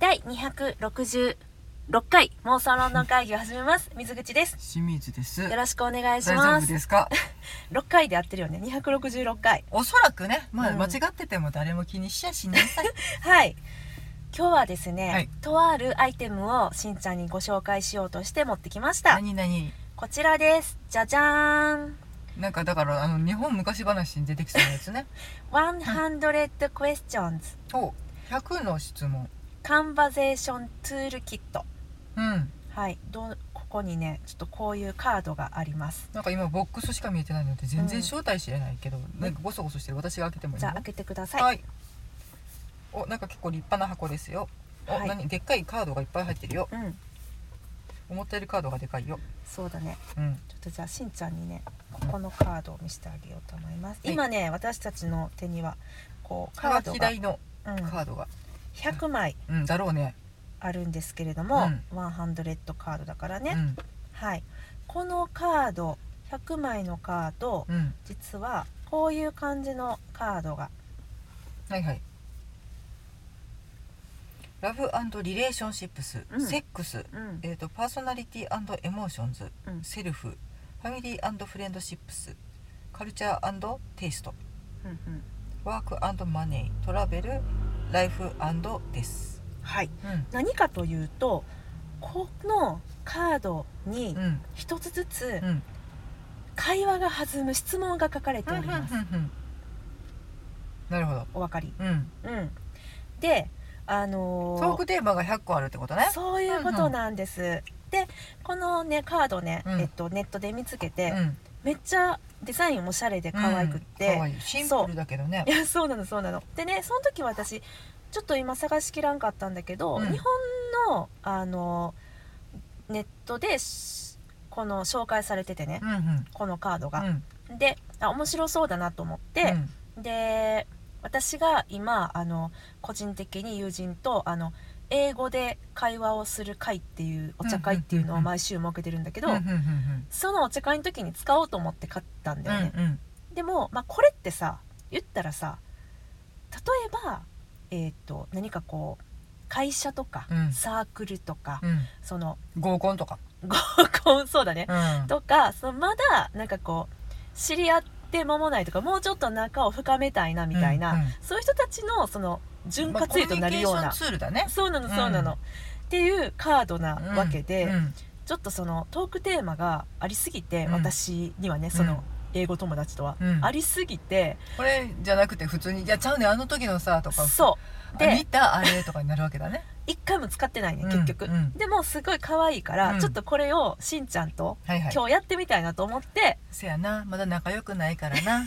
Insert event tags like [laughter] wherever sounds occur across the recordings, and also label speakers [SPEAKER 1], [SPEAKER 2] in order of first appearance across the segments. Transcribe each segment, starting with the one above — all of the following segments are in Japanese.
[SPEAKER 1] 第266回妄想論論会議を始めます水口です
[SPEAKER 2] 清水です。
[SPEAKER 1] よろしくお願いし
[SPEAKER 2] 大丈
[SPEAKER 1] ま
[SPEAKER 2] 夫
[SPEAKER 1] す
[SPEAKER 2] で
[SPEAKER 1] [laughs]
[SPEAKER 2] すか。
[SPEAKER 1] 6回でやってるよね266回
[SPEAKER 2] おそらくね、まあ、
[SPEAKER 1] うん
[SPEAKER 2] 間違ってても誰も気にしちゃしなさい。
[SPEAKER 1] はい今日はですね、
[SPEAKER 2] はい
[SPEAKER 1] とあるアイテムをしんちゃんにご紹介しようとして持ってきました
[SPEAKER 2] 何何
[SPEAKER 1] こちらですじゃじゃーん
[SPEAKER 2] なんかだからあの日本昔話に出てきそうなやつね。
[SPEAKER 1] 100 questions
[SPEAKER 2] お、100の質問。
[SPEAKER 1] conversation tool kit
[SPEAKER 2] うん。
[SPEAKER 1] はいどうここにねちょっとこういうカードがあります
[SPEAKER 2] なんか今ボックスしか見えてないので全
[SPEAKER 1] う
[SPEAKER 2] 然
[SPEAKER 1] ん
[SPEAKER 2] 正体知れないけど、なんかゴソゴソしてる私が開けてもいい
[SPEAKER 1] じ
[SPEAKER 2] の
[SPEAKER 1] ゃあ開けてください、
[SPEAKER 2] はい。お、なんか結構立派な箱ですよ。お、
[SPEAKER 1] はい
[SPEAKER 2] 何でっかいカードがいっぱい入ってるよ。
[SPEAKER 1] うん
[SPEAKER 2] 思ったよりカードがでかいよ。
[SPEAKER 1] そうだね
[SPEAKER 2] うん。
[SPEAKER 1] ちょっとじゃあしんちゃんにねここのカードを見せてあげようと思います、
[SPEAKER 2] はい
[SPEAKER 1] 今ね私たちの手にはこうカ
[SPEAKER 2] は
[SPEAKER 1] ード
[SPEAKER 2] がき
[SPEAKER 1] が、う
[SPEAKER 2] 台の
[SPEAKER 1] ん、
[SPEAKER 2] カードが。
[SPEAKER 1] 100枚
[SPEAKER 2] うん、だろうね。
[SPEAKER 1] あるんですけれども、
[SPEAKER 2] うん
[SPEAKER 1] 100カードだからね、
[SPEAKER 2] うん。
[SPEAKER 1] はいこのカード100枚のカード
[SPEAKER 2] うん。
[SPEAKER 1] 実はこういう感じのカードが
[SPEAKER 2] はいはい。ラブリレーションシップス、
[SPEAKER 1] うん
[SPEAKER 2] セックス、
[SPEAKER 1] うん
[SPEAKER 2] えー、とパーソナリティエモーションズ、
[SPEAKER 1] うん
[SPEAKER 2] セルフファミリーフレンドシップスカルチャーテイスト
[SPEAKER 1] うんうん
[SPEAKER 2] ワークマネートラベルライフです、
[SPEAKER 1] はい
[SPEAKER 2] うん
[SPEAKER 1] 何かというとこのカードに
[SPEAKER 2] うん
[SPEAKER 1] 一つずつ
[SPEAKER 2] うん
[SPEAKER 1] 会話が弾む質問が書かれております、
[SPEAKER 2] なるほど、
[SPEAKER 1] お分かり
[SPEAKER 2] うん、
[SPEAKER 1] うん、であの
[SPEAKER 2] ト
[SPEAKER 1] ー
[SPEAKER 2] ークテーマが100個あるってことね
[SPEAKER 1] そういうことなんです、でこのねカードね、
[SPEAKER 2] うん
[SPEAKER 1] えっと、ネットで見つけて、
[SPEAKER 2] うん
[SPEAKER 1] めっちゃデザインおしゃれで可愛くって、
[SPEAKER 2] うん可愛いシンプルだけどね
[SPEAKER 1] いやそうなのそうなのでねその時私ちょっと今探しきらんかったんだけど、
[SPEAKER 2] うん
[SPEAKER 1] 日本のあのネットでしこの紹介されててね、
[SPEAKER 2] うんうん
[SPEAKER 1] このカード
[SPEAKER 2] う
[SPEAKER 1] が、
[SPEAKER 2] ん
[SPEAKER 1] であ面白そうだなと思って、で私が今あの個人的に友人とあの英語で会話をする会っていうお茶会っていうの
[SPEAKER 2] うんうんうんう
[SPEAKER 1] を
[SPEAKER 2] ん
[SPEAKER 1] 毎週設けてるんだけ
[SPEAKER 2] う
[SPEAKER 1] ど、
[SPEAKER 2] んうんうんうん
[SPEAKER 1] そのお茶会の時に使おうと思って買ったんだよね、
[SPEAKER 2] うんうん
[SPEAKER 1] でも、まあ、これってさ言ったらさ例えば、えー、と何かこう会社とか、
[SPEAKER 2] うん
[SPEAKER 1] サークルとか、
[SPEAKER 2] うん
[SPEAKER 1] その [laughs]
[SPEAKER 2] 合コンとか、
[SPEAKER 1] 合コンそうだね、
[SPEAKER 2] うん
[SPEAKER 1] とかそのまだなんかこう知り合って間もないとかもうちょっと仲を深めたいなみたいな、
[SPEAKER 2] うんうん
[SPEAKER 1] そういう人たちのその潤滑油となるような、
[SPEAKER 2] まあコミュニケーションツールだね
[SPEAKER 1] そうなのそうなの、
[SPEAKER 2] う
[SPEAKER 1] っ
[SPEAKER 2] ん
[SPEAKER 1] ていうカードなわけで、
[SPEAKER 2] うん
[SPEAKER 1] ちょっとそのトークテーマがありすぎて、
[SPEAKER 2] うん
[SPEAKER 1] 私にはねその英語友達とは、
[SPEAKER 2] うん
[SPEAKER 1] ありすぎて、
[SPEAKER 2] これじゃなくて普通に「いやちゃうねあの時のさ」とか
[SPEAKER 1] そう
[SPEAKER 2] あ
[SPEAKER 1] で
[SPEAKER 2] 見たあれ」とかになるわけだね
[SPEAKER 1] 一回も使ってないね [laughs] 結局、
[SPEAKER 2] うんうん
[SPEAKER 1] でもすごい可愛いから、
[SPEAKER 2] うん
[SPEAKER 1] ちょっとこれをしんちゃんと
[SPEAKER 2] はいはい
[SPEAKER 1] 今日やってみたいなと思って、
[SPEAKER 2] せやなまだ仲良くないからな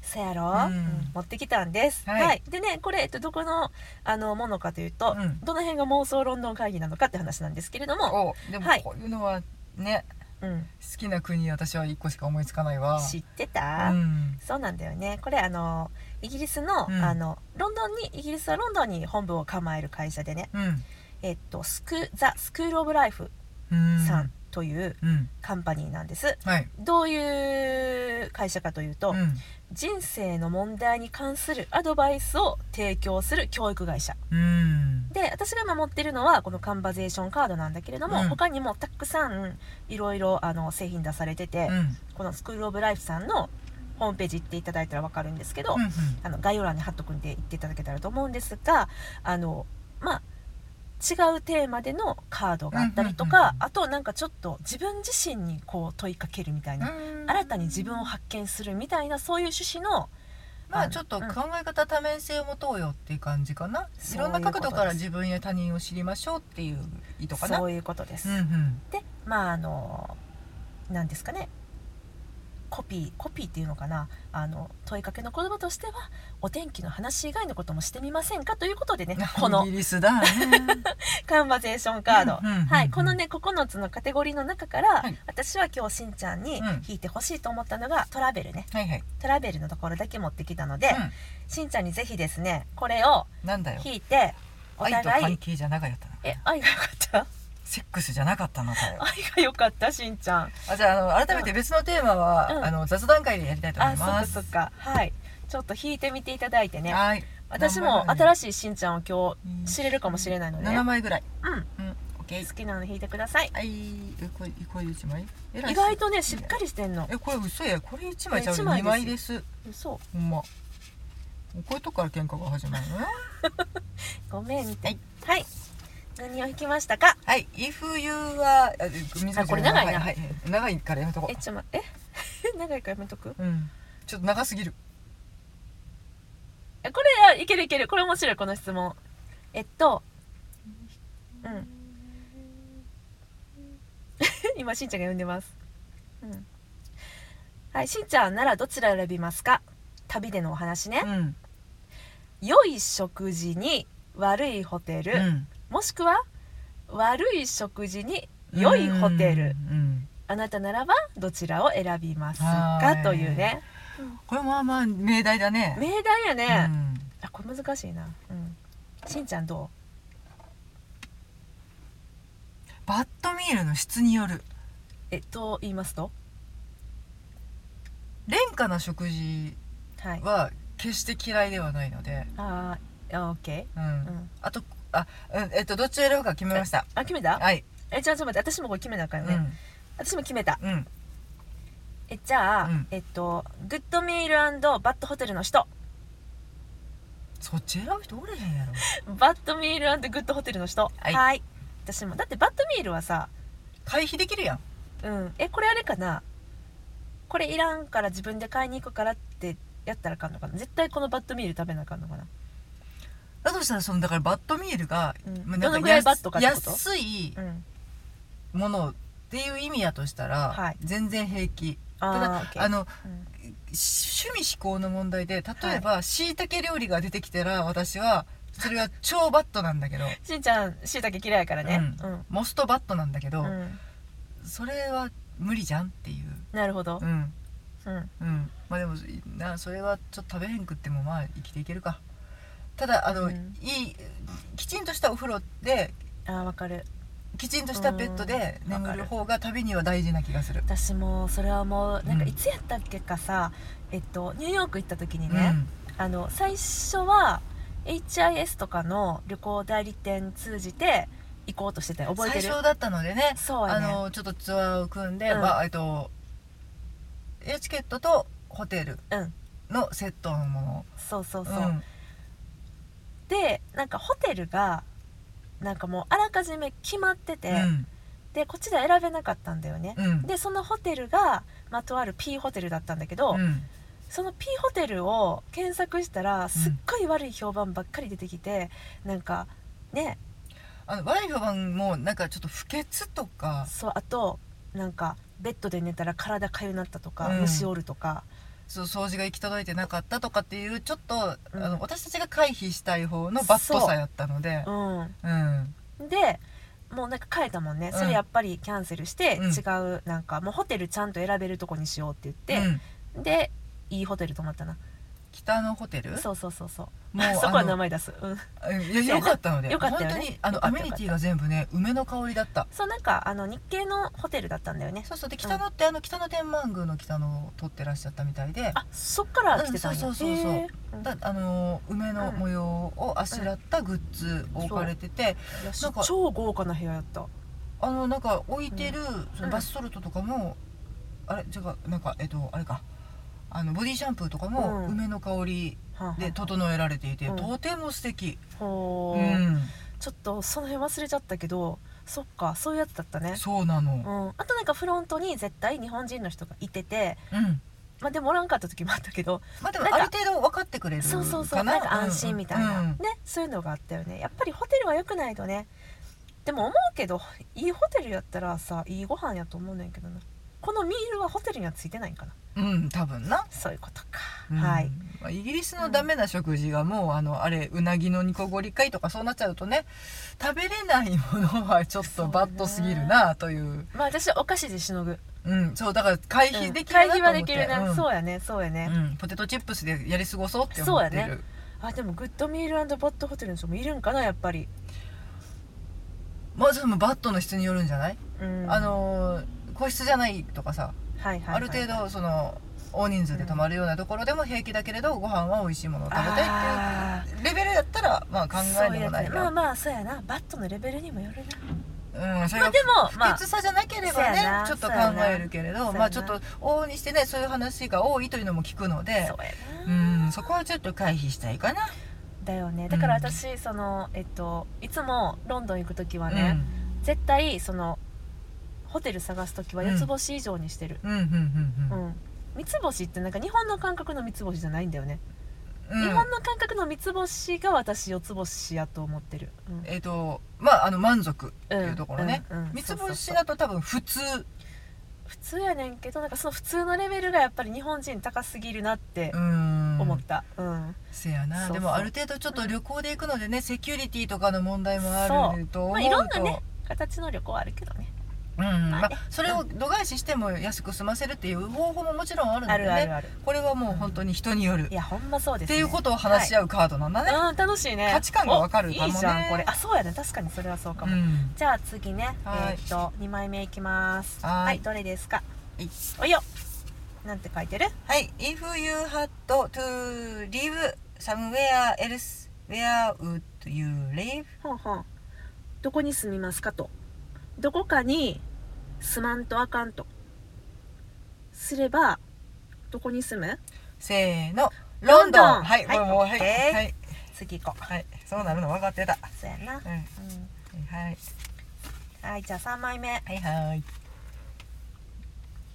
[SPEAKER 1] そやろ、
[SPEAKER 2] うん
[SPEAKER 1] うん持ってきたんです。は、
[SPEAKER 2] はいい
[SPEAKER 1] でね、これ、えっと、どこの、あの、ものかというと、
[SPEAKER 2] うん
[SPEAKER 1] どの辺が妄想ロンドン会議なのかって話なんですけれども。
[SPEAKER 2] おでも
[SPEAKER 1] はい
[SPEAKER 2] こういうのはね
[SPEAKER 1] うん、
[SPEAKER 2] 好きな国私は一個しか思いつかないわ
[SPEAKER 1] 知って
[SPEAKER 2] う
[SPEAKER 1] た、
[SPEAKER 2] ん
[SPEAKER 1] そうなんだよね。これ、あの、イギリスの、
[SPEAKER 2] うん
[SPEAKER 1] あの、ロンドンに、イギリスはロンドンに本部を構える会社でね。
[SPEAKER 2] うん
[SPEAKER 1] えっと、スク、ザスクールオブライフ
[SPEAKER 2] うん
[SPEAKER 1] さんという
[SPEAKER 2] うん
[SPEAKER 1] カンパニーなんです。
[SPEAKER 2] はい
[SPEAKER 1] どういう会社かというと、
[SPEAKER 2] うん
[SPEAKER 1] 人生の問題に関するアドバイスを提供する教育会社。
[SPEAKER 2] うん
[SPEAKER 1] で私が今持ってるのはこのカンバゼーションカードなんだけれども、
[SPEAKER 2] うん
[SPEAKER 1] 他にもたくさんいろいろあの製品出されてて、
[SPEAKER 2] うんうん
[SPEAKER 1] このスクール・オブ・ライフさんのホームページ行っていただいたら分かるんですけど、
[SPEAKER 2] うん
[SPEAKER 1] あの概要欄に貼っとくんで行っていただけたらと思うんですがあのまあ違うテーマでのカードがあったりとか、
[SPEAKER 2] うんうんうんうん
[SPEAKER 1] あとなんかちょっと自分自身にこう問いかけるみたいな、
[SPEAKER 2] うん
[SPEAKER 1] 新たに自分を発見するみたいなそういう趣旨の
[SPEAKER 2] ま
[SPEAKER 1] あ
[SPEAKER 2] あ
[SPEAKER 1] の
[SPEAKER 2] ちょっと
[SPEAKER 1] うん
[SPEAKER 2] 考え方多面性を持とうよっていう感じかな、
[SPEAKER 1] そう
[SPEAKER 2] い
[SPEAKER 1] いうこと
[SPEAKER 2] ろ
[SPEAKER 1] です
[SPEAKER 2] んな角度から自分や他人を知りましょうっていう意図かな
[SPEAKER 1] そういうことです。
[SPEAKER 2] うんうん
[SPEAKER 1] でまああの何ですかねコピーコピーっていうのかなあの問いかけの言葉としてはお天気の話以外のこともしてみませんかということで
[SPEAKER 2] [laughs]
[SPEAKER 1] ねこの
[SPEAKER 2] イギリス
[SPEAKER 1] [laughs]
[SPEAKER 2] だね
[SPEAKER 1] カンバゼーションカード、
[SPEAKER 2] うんうんうんうん
[SPEAKER 1] はい、このね9つのカテゴリーの中から、
[SPEAKER 2] はい
[SPEAKER 1] 私は今日しんちゃんに
[SPEAKER 2] うん
[SPEAKER 1] 引いてほしいと思ったのがトラベルね
[SPEAKER 2] はいはい、
[SPEAKER 1] トラベルのところだけ持ってきたので、しんちゃんにぜひですねこれを
[SPEAKER 2] うん、なんだよ
[SPEAKER 1] 引いてお
[SPEAKER 2] 愛と
[SPEAKER 1] 互
[SPEAKER 2] 関
[SPEAKER 1] い
[SPEAKER 2] 係じゃなかったの
[SPEAKER 1] え愛が良かった [laughs]
[SPEAKER 2] セックスじゃなかったのかよ
[SPEAKER 1] 愛が良かったしんちゃん
[SPEAKER 2] あじゃああの改めて別のテーマは、
[SPEAKER 1] うん
[SPEAKER 2] あの雑談会でやりたいと思
[SPEAKER 1] あ
[SPEAKER 2] い
[SPEAKER 1] そっか
[SPEAKER 2] ます
[SPEAKER 1] そっかはいちょっと弾いてみていただいてね
[SPEAKER 2] はい
[SPEAKER 1] 私
[SPEAKER 2] 何枚
[SPEAKER 1] も
[SPEAKER 2] ぐら
[SPEAKER 1] 新しいしんちゃんを今日知れるかもしれないので、
[SPEAKER 2] 7枚ぐらい
[SPEAKER 1] うん、
[SPEAKER 2] うんオッケー
[SPEAKER 1] 好きなの引いてください
[SPEAKER 2] はいえこれこれ1枚えらい
[SPEAKER 1] 意外とねしっかりしてんの
[SPEAKER 2] えこれ嘘やこれ1枚ちゃう
[SPEAKER 1] こ
[SPEAKER 2] よ
[SPEAKER 1] れ一枚です
[SPEAKER 2] 2枚です
[SPEAKER 1] そう
[SPEAKER 2] ほんまこういうとこから喧嘩が始まるのよ
[SPEAKER 1] ごめんって
[SPEAKER 2] はい
[SPEAKER 1] はい、何を引きましたか
[SPEAKER 2] はい「if you are あ」水
[SPEAKER 1] あこれ長いな
[SPEAKER 2] はは長いからやめとこ
[SPEAKER 1] えちょっと待ってえ [laughs] 長いからやめとく
[SPEAKER 2] ううんちょっと長すぎる
[SPEAKER 1] えこれあいけるいけるこれ面白いこの質問えっとうん [laughs] 今しんちゃんが呼んでますうんはいしんちゃんならどちらを選びますか旅でのお話ね
[SPEAKER 2] う、ん
[SPEAKER 1] 良い食事に悪いホテル、
[SPEAKER 2] うん
[SPEAKER 1] もしくは悪い食事に良いホテル、
[SPEAKER 2] うん
[SPEAKER 1] あなたならばどちらを選びます
[SPEAKER 2] は
[SPEAKER 1] か
[SPEAKER 2] い
[SPEAKER 1] というね
[SPEAKER 2] これまあまあ命題だね
[SPEAKER 1] 命題や
[SPEAKER 2] う
[SPEAKER 1] ね、
[SPEAKER 2] ん
[SPEAKER 1] あこれ難しいな、うん、しんちゃんど
[SPEAKER 2] バッドミールの質による
[SPEAKER 1] うえと言いますと
[SPEAKER 2] 廉価な食事
[SPEAKER 1] はい
[SPEAKER 2] は決して嫌いではないので、
[SPEAKER 1] あーあオッケ
[SPEAKER 2] う、
[SPEAKER 1] ー、うんん、
[SPEAKER 2] あとあ、うん、えっとどっちを選ぶか決めました
[SPEAKER 1] あ決めた
[SPEAKER 2] はい、
[SPEAKER 1] えじゃあちょっと待って私もこれ決めなあか
[SPEAKER 2] うん
[SPEAKER 1] ね、
[SPEAKER 2] ん
[SPEAKER 1] 私も決めた
[SPEAKER 2] うん、
[SPEAKER 1] えじゃあ、
[SPEAKER 2] うん
[SPEAKER 1] えっとグッドミールバッドホテルの人
[SPEAKER 2] そっち選ぶ人おれへんやろ
[SPEAKER 1] バッドミールグッドホテルの人
[SPEAKER 2] はい
[SPEAKER 1] い私もだってバッドミールはさ
[SPEAKER 2] 回避できるやん
[SPEAKER 1] うんえこれあれかなこれいらんから自分で買いに行くからってやったらあかんのかな絶対このバッドミール食べなあかんのかな
[SPEAKER 2] だとしたらそのだからバッドミールが、
[SPEAKER 1] うん
[SPEAKER 2] まあ
[SPEAKER 1] どのぐらいバッドかってこと
[SPEAKER 2] 安い
[SPEAKER 1] うん
[SPEAKER 2] ものっていう意味やとしたら、
[SPEAKER 1] はい
[SPEAKER 2] 全然平気
[SPEAKER 1] あ
[SPEAKER 2] た
[SPEAKER 1] ー
[SPEAKER 2] だ
[SPEAKER 1] オッケー
[SPEAKER 2] あの
[SPEAKER 1] うん
[SPEAKER 2] し趣味嗜好の問題で例えばしいたけ料理が出てきたら私はそれは超バッドなんだ
[SPEAKER 1] [laughs]
[SPEAKER 2] けど
[SPEAKER 1] しんちゃんしいたけ嫌いやからねうん
[SPEAKER 2] モストバッドなんだけど、
[SPEAKER 1] うん
[SPEAKER 2] それは無理じゃんっていう
[SPEAKER 1] なるほど
[SPEAKER 2] うん
[SPEAKER 1] うん
[SPEAKER 2] うんまあでもなそれはちょっと食べへんくってもまあ生きていけるかただあの、
[SPEAKER 1] うん
[SPEAKER 2] いいきちんとしたお風呂で
[SPEAKER 1] あーわかる
[SPEAKER 2] きちんとしたベッドで
[SPEAKER 1] うん
[SPEAKER 2] 眠る方が旅には大事な気がする
[SPEAKER 1] 私もそれはもうなんか
[SPEAKER 2] うん
[SPEAKER 1] いつやったっけかさ、えっとニューヨーク行った時にね、あの最初は HIS とかの旅行代理店通じて行こうとしてて
[SPEAKER 2] うん、
[SPEAKER 1] 覚えて
[SPEAKER 2] 最
[SPEAKER 1] る
[SPEAKER 2] 初だったのでね
[SPEAKER 1] そうや
[SPEAKER 2] あ
[SPEAKER 1] ね
[SPEAKER 2] のちょっとツアーを組んで、
[SPEAKER 1] うん
[SPEAKER 2] まあえっとエチケットとホテル
[SPEAKER 1] うん
[SPEAKER 2] のセットのも
[SPEAKER 1] そうそうそう、
[SPEAKER 2] の、うん
[SPEAKER 1] でなんかホテルがなんかもうあらかじめ決まってて、
[SPEAKER 2] うん
[SPEAKER 1] でこっちでは選べなかったんだよね、
[SPEAKER 2] うん
[SPEAKER 1] でそのホテルが、まあ、とある P ホテルだったんだけど、
[SPEAKER 2] うん
[SPEAKER 1] その P ホテルを検索したらすっごい悪い評判ばっかり出てきて、なんかね
[SPEAKER 2] あのワイファンもなんかちょっと不潔とか
[SPEAKER 1] そうあとなんかベッドで寝たら体かゆなったとか、
[SPEAKER 2] うん
[SPEAKER 1] 虫おるとか
[SPEAKER 2] そう掃除が行き届いてなかったとかっていうちょっと、
[SPEAKER 1] うん
[SPEAKER 2] あの私たちが回避したい方のバッドさやったので
[SPEAKER 1] うん
[SPEAKER 2] うん
[SPEAKER 1] でもうなんか変えたもんね、
[SPEAKER 2] うん
[SPEAKER 1] それやっぱりキャンセルして、
[SPEAKER 2] うん
[SPEAKER 1] 違うなんかもうホテルちゃんと選べるとこにしようって言って、
[SPEAKER 2] うん
[SPEAKER 1] でいいホテル泊まったな
[SPEAKER 2] 北のホテル
[SPEAKER 1] そうそうそうそう
[SPEAKER 2] もう
[SPEAKER 1] そこは
[SPEAKER 2] あの
[SPEAKER 1] 名前出す、うん、
[SPEAKER 2] いや良かったので
[SPEAKER 1] 良かったよね
[SPEAKER 2] 本当にあ
[SPEAKER 1] 良
[SPEAKER 2] の
[SPEAKER 1] か
[SPEAKER 2] ア
[SPEAKER 1] った
[SPEAKER 2] メニティが全部ね梅の香りだった
[SPEAKER 1] そうなんかあの日系のホテルだったんだよね
[SPEAKER 2] そうそうで北野って、あの北野天満宮の北野を撮ってらっしゃったみたいで
[SPEAKER 1] あそっから来てたんや、
[SPEAKER 2] うんそうそうそうそう
[SPEAKER 1] へーん
[SPEAKER 2] だあのー梅の模様をあしらったグッズを置かれてて、
[SPEAKER 1] いやし
[SPEAKER 2] なんか
[SPEAKER 1] 超豪華な部屋やった
[SPEAKER 2] あのなんか置いてる、そ
[SPEAKER 1] うん
[SPEAKER 2] のバスソルトとかも、あれ違うなんかえっとあれかあのボディシャンプーとか
[SPEAKER 1] う
[SPEAKER 2] も
[SPEAKER 1] ん
[SPEAKER 2] 梅の香り
[SPEAKER 1] はんはん
[SPEAKER 2] で整えられていて、
[SPEAKER 1] うん
[SPEAKER 2] とても素敵、
[SPEAKER 1] ほ
[SPEAKER 2] う
[SPEAKER 1] ー
[SPEAKER 2] ん、
[SPEAKER 1] ちょっとその辺忘れちゃったけどそっかそういうやつだったね
[SPEAKER 2] そうな
[SPEAKER 1] う
[SPEAKER 2] の、
[SPEAKER 1] ん、あとなんかフロントに絶対日本人の人がいてて、
[SPEAKER 2] うん、
[SPEAKER 1] まあ、でもおらんかった時もあったけど、
[SPEAKER 2] まあでも
[SPEAKER 1] なんか
[SPEAKER 2] ある程度分かってくれるかな
[SPEAKER 1] そうそうそうなんか安心みたいな、
[SPEAKER 2] うんうん
[SPEAKER 1] ねそういうのがあったよねやっぱりホテルは良くないとねでも思うけどいいホテルやったらさいいご飯やと思うねんけどなこのミールはホテルにはついてないんかな
[SPEAKER 2] うん多分な、
[SPEAKER 1] そういうことか、
[SPEAKER 2] うん
[SPEAKER 1] はい、
[SPEAKER 2] まあイギリスのダメな食事がもう、あのあれうなぎの煮こごり会とかそうなっちゃうとね食べれないものはちょっとバッドすぎるなという
[SPEAKER 1] まあ私はお菓子でしのぐ
[SPEAKER 2] うんそうだから回避できるな
[SPEAKER 1] 会
[SPEAKER 2] と思って、
[SPEAKER 1] 議はできるな、
[SPEAKER 2] うん
[SPEAKER 1] そうやねそうやね、
[SPEAKER 2] うんポテトチップスでやり過ごそうって思っ
[SPEAKER 1] そ
[SPEAKER 2] て
[SPEAKER 1] うや
[SPEAKER 2] る
[SPEAKER 1] あでもグッドミールバッドホテルの人もいるんかなやっぱり、
[SPEAKER 2] まずもバッドの質によるんじゃない、
[SPEAKER 1] うん
[SPEAKER 2] あのー個室じゃないとかさ、
[SPEAKER 1] はいはいはい
[SPEAKER 2] ある程度その大人数で泊まるようなところでも平気だけれどご飯は美味しいものを食べたい
[SPEAKER 1] あ
[SPEAKER 2] っていうレベルやったらまあ考え
[SPEAKER 1] そう
[SPEAKER 2] に
[SPEAKER 1] いう
[SPEAKER 2] も
[SPEAKER 1] や
[SPEAKER 2] ない
[SPEAKER 1] つねまあ
[SPEAKER 2] な
[SPEAKER 1] まあそうやなバットのレベルにもよるな
[SPEAKER 2] うんそれ
[SPEAKER 1] まあ
[SPEAKER 2] が
[SPEAKER 1] でもま
[SPEAKER 2] 不
[SPEAKER 1] あ
[SPEAKER 2] 潔さじゃなければ
[SPEAKER 1] そう
[SPEAKER 2] ね
[SPEAKER 1] やな
[SPEAKER 2] ちょっと考えるけ
[SPEAKER 1] そう
[SPEAKER 2] れ
[SPEAKER 1] や
[SPEAKER 2] ど
[SPEAKER 1] な
[SPEAKER 2] まあちょっと往々にしてねそういう話が多いというのも聞くので
[SPEAKER 1] そうやな
[SPEAKER 2] うんそこはちょっと回避したいかな
[SPEAKER 1] だよねだから私、そのえっといつもロンドン行く時はね、絶対そのホテル探す時は
[SPEAKER 2] うん
[SPEAKER 1] 四つ星以上にしてる、
[SPEAKER 2] うんうんうん
[SPEAKER 1] う
[SPEAKER 2] うん
[SPEAKER 1] ん三つ星ってなんか日本の感覚の三つ星じゃないんだよね、
[SPEAKER 2] うん
[SPEAKER 1] 日本の感覚の三つ星が私四つ星やと思ってる、うん
[SPEAKER 2] えっとまああの満足
[SPEAKER 1] うん
[SPEAKER 2] いうところね
[SPEAKER 1] うんうん
[SPEAKER 2] 三つ
[SPEAKER 1] そうそう
[SPEAKER 2] 星
[SPEAKER 1] そう
[SPEAKER 2] だと多分普通
[SPEAKER 1] 普通やねんけどなんかその普通のレベルがやっぱり日本人高すぎるなって
[SPEAKER 2] うん
[SPEAKER 1] 思った、うん
[SPEAKER 2] せやな
[SPEAKER 1] そうそう
[SPEAKER 2] でもある程度ちょっと旅行で行くのでね、セキュリティとかの問題もあると思うと、
[SPEAKER 1] まあいろんなね形の旅行はあるけどね
[SPEAKER 2] うん
[SPEAKER 1] まあ
[SPEAKER 2] ま
[SPEAKER 1] ね
[SPEAKER 2] あ、それを度外視しても安く済ませるっていう方法ももちろんあるの
[SPEAKER 1] あ
[SPEAKER 2] で、ね、
[SPEAKER 1] るあるある
[SPEAKER 2] これはもう本当に人による、
[SPEAKER 1] いやほんまそうで
[SPEAKER 2] っ
[SPEAKER 1] す、ね、
[SPEAKER 2] ていうことを話し合うカードなんだね、
[SPEAKER 1] うん楽しいね
[SPEAKER 2] 価値観がわかる
[SPEAKER 1] おいい
[SPEAKER 2] かもね
[SPEAKER 1] じゃんこれあそうやね確かにそれはそうかも、
[SPEAKER 2] うん
[SPEAKER 1] じゃあ次ね
[SPEAKER 2] はい
[SPEAKER 1] えーっと2枚目いきます
[SPEAKER 2] はーい
[SPEAKER 1] どれですか
[SPEAKER 2] はい
[SPEAKER 1] おいよなんて書いてる
[SPEAKER 2] はい「If you had to live somewhere else where would you live?」
[SPEAKER 1] ほんほんどこに住みますかとどこかに住まんとあかんとすればどこに住む
[SPEAKER 2] せーの
[SPEAKER 1] ロ
[SPEAKER 2] ロ
[SPEAKER 1] ン
[SPEAKER 2] ン
[SPEAKER 1] ド
[SPEAKER 2] ド
[SPEAKER 1] ン
[SPEAKER 2] ンはい、
[SPEAKER 1] はい
[SPEAKER 2] これもうはい、
[SPEAKER 1] オッケー
[SPEAKER 2] はい
[SPEAKER 1] 次行こ
[SPEAKER 2] はい、そうなるの分かってた、
[SPEAKER 1] うそうやな、
[SPEAKER 2] うん、はい
[SPEAKER 1] はいじゃあ3枚目
[SPEAKER 2] はいはい。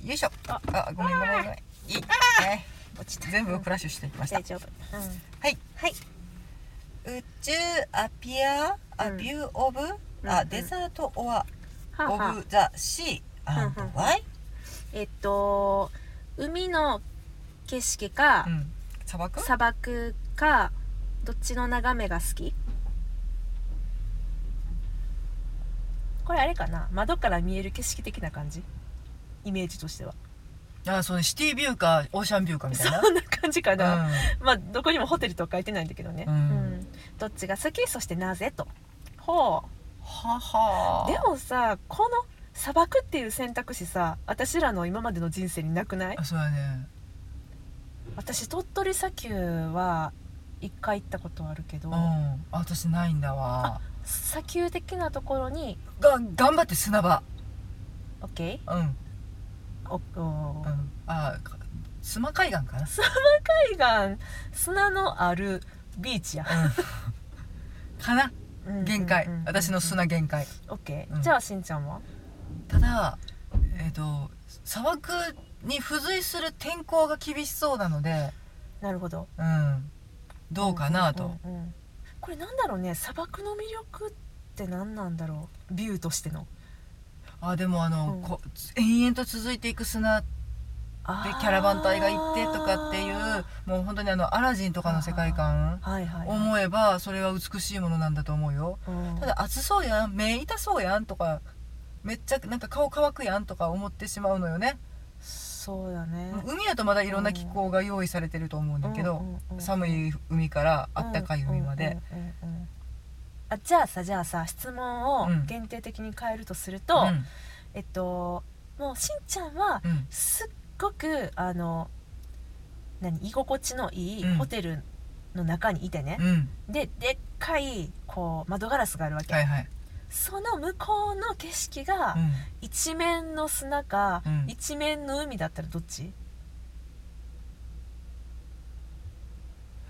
[SPEAKER 2] よいしょ。あ、あごめんごめんごめん。いい。ね
[SPEAKER 1] 落ちた
[SPEAKER 2] 全部
[SPEAKER 1] うん
[SPEAKER 2] クラッシュしていきました
[SPEAKER 1] 大。丈夫、うん、
[SPEAKER 2] はい。
[SPEAKER 1] はい
[SPEAKER 2] 宇宙アピアア
[SPEAKER 1] うん
[SPEAKER 2] ビューオブ
[SPEAKER 1] うんう
[SPEAKER 2] あ
[SPEAKER 1] ん
[SPEAKER 2] デザートオア
[SPEAKER 1] はん
[SPEAKER 2] オ
[SPEAKER 1] はん
[SPEAKER 2] ブザシーアンドワイ。
[SPEAKER 1] えっと海の景色か、
[SPEAKER 2] ん。砂漠？
[SPEAKER 1] 砂漠かどっちの眺めが好きこれあれかな窓から見える景色的な感じイメージとしては
[SPEAKER 2] あ、そうね。シティビューかオーシャンビューかみ
[SPEAKER 1] そんな感じかな、
[SPEAKER 2] な。
[SPEAKER 1] まあどこにもホテルとは書いてないんだけどね、
[SPEAKER 2] うん
[SPEAKER 1] どっちが好きそしてなぜとほ
[SPEAKER 2] はは
[SPEAKER 1] う。で。もさこの砂漠っていう選択肢さ私らの今までの人生になくない
[SPEAKER 2] あ、そうやね。
[SPEAKER 1] 私鳥取砂丘は一回行ったことあるけど、
[SPEAKER 2] うん。あ私ないんだわ。
[SPEAKER 1] 砂丘的なところに
[SPEAKER 2] が頑張って砂場。
[SPEAKER 1] オッケ
[SPEAKER 2] うんうん。
[SPEAKER 1] ーおお、
[SPEAKER 2] あ、か砂海岸かな。
[SPEAKER 1] 海岸砂のあるビーチや、
[SPEAKER 2] かな。限界、私の
[SPEAKER 1] オ
[SPEAKER 2] 砂限界
[SPEAKER 1] ッケ
[SPEAKER 2] う
[SPEAKER 1] ー
[SPEAKER 2] ん
[SPEAKER 1] じゃあしんちゃんは
[SPEAKER 2] ただえっ、と砂漠に付随する天候が厳しそうなので
[SPEAKER 1] なるほど
[SPEAKER 2] うんどうかなと、
[SPEAKER 1] うんうんこれなんだろうね砂漠の魅力って何なんだろうビューとしての
[SPEAKER 2] あでもあの、
[SPEAKER 1] うん
[SPEAKER 2] こ延々と続いていく砂で
[SPEAKER 1] あー
[SPEAKER 2] キャラバン隊が行ってとかっていうもう本当にあのアラジンとかの世界観
[SPEAKER 1] はいはい、
[SPEAKER 2] 思えばそれは美しいものなんだと思うよ
[SPEAKER 1] うん
[SPEAKER 2] ただ暑そうやん目痛そうやんとかめっちゃなんか顔乾くやんとか思ってしまうのよね
[SPEAKER 1] そうだね
[SPEAKER 2] 海だとまだいろんな気候が用意されてると思うんだけど、
[SPEAKER 1] うんうんうん
[SPEAKER 2] 寒い海からあったかい海まで、
[SPEAKER 1] うんうんうんうんあじゃあさじゃあさ質問を
[SPEAKER 2] うん
[SPEAKER 1] 限定的に変えるとする
[SPEAKER 2] う
[SPEAKER 1] と、
[SPEAKER 2] ん
[SPEAKER 1] えっともうしんちゃんは
[SPEAKER 2] うん
[SPEAKER 1] すっごくあの何居心地のいい
[SPEAKER 2] うん
[SPEAKER 1] ホテルの中にいてね、
[SPEAKER 2] うん
[SPEAKER 1] ででっかいこう窓ガラスがあるわけ、
[SPEAKER 2] はいはい、
[SPEAKER 1] その向こうの景色が
[SPEAKER 2] うん
[SPEAKER 1] 一面の砂か、
[SPEAKER 2] うん
[SPEAKER 1] 一面の海だったらどっち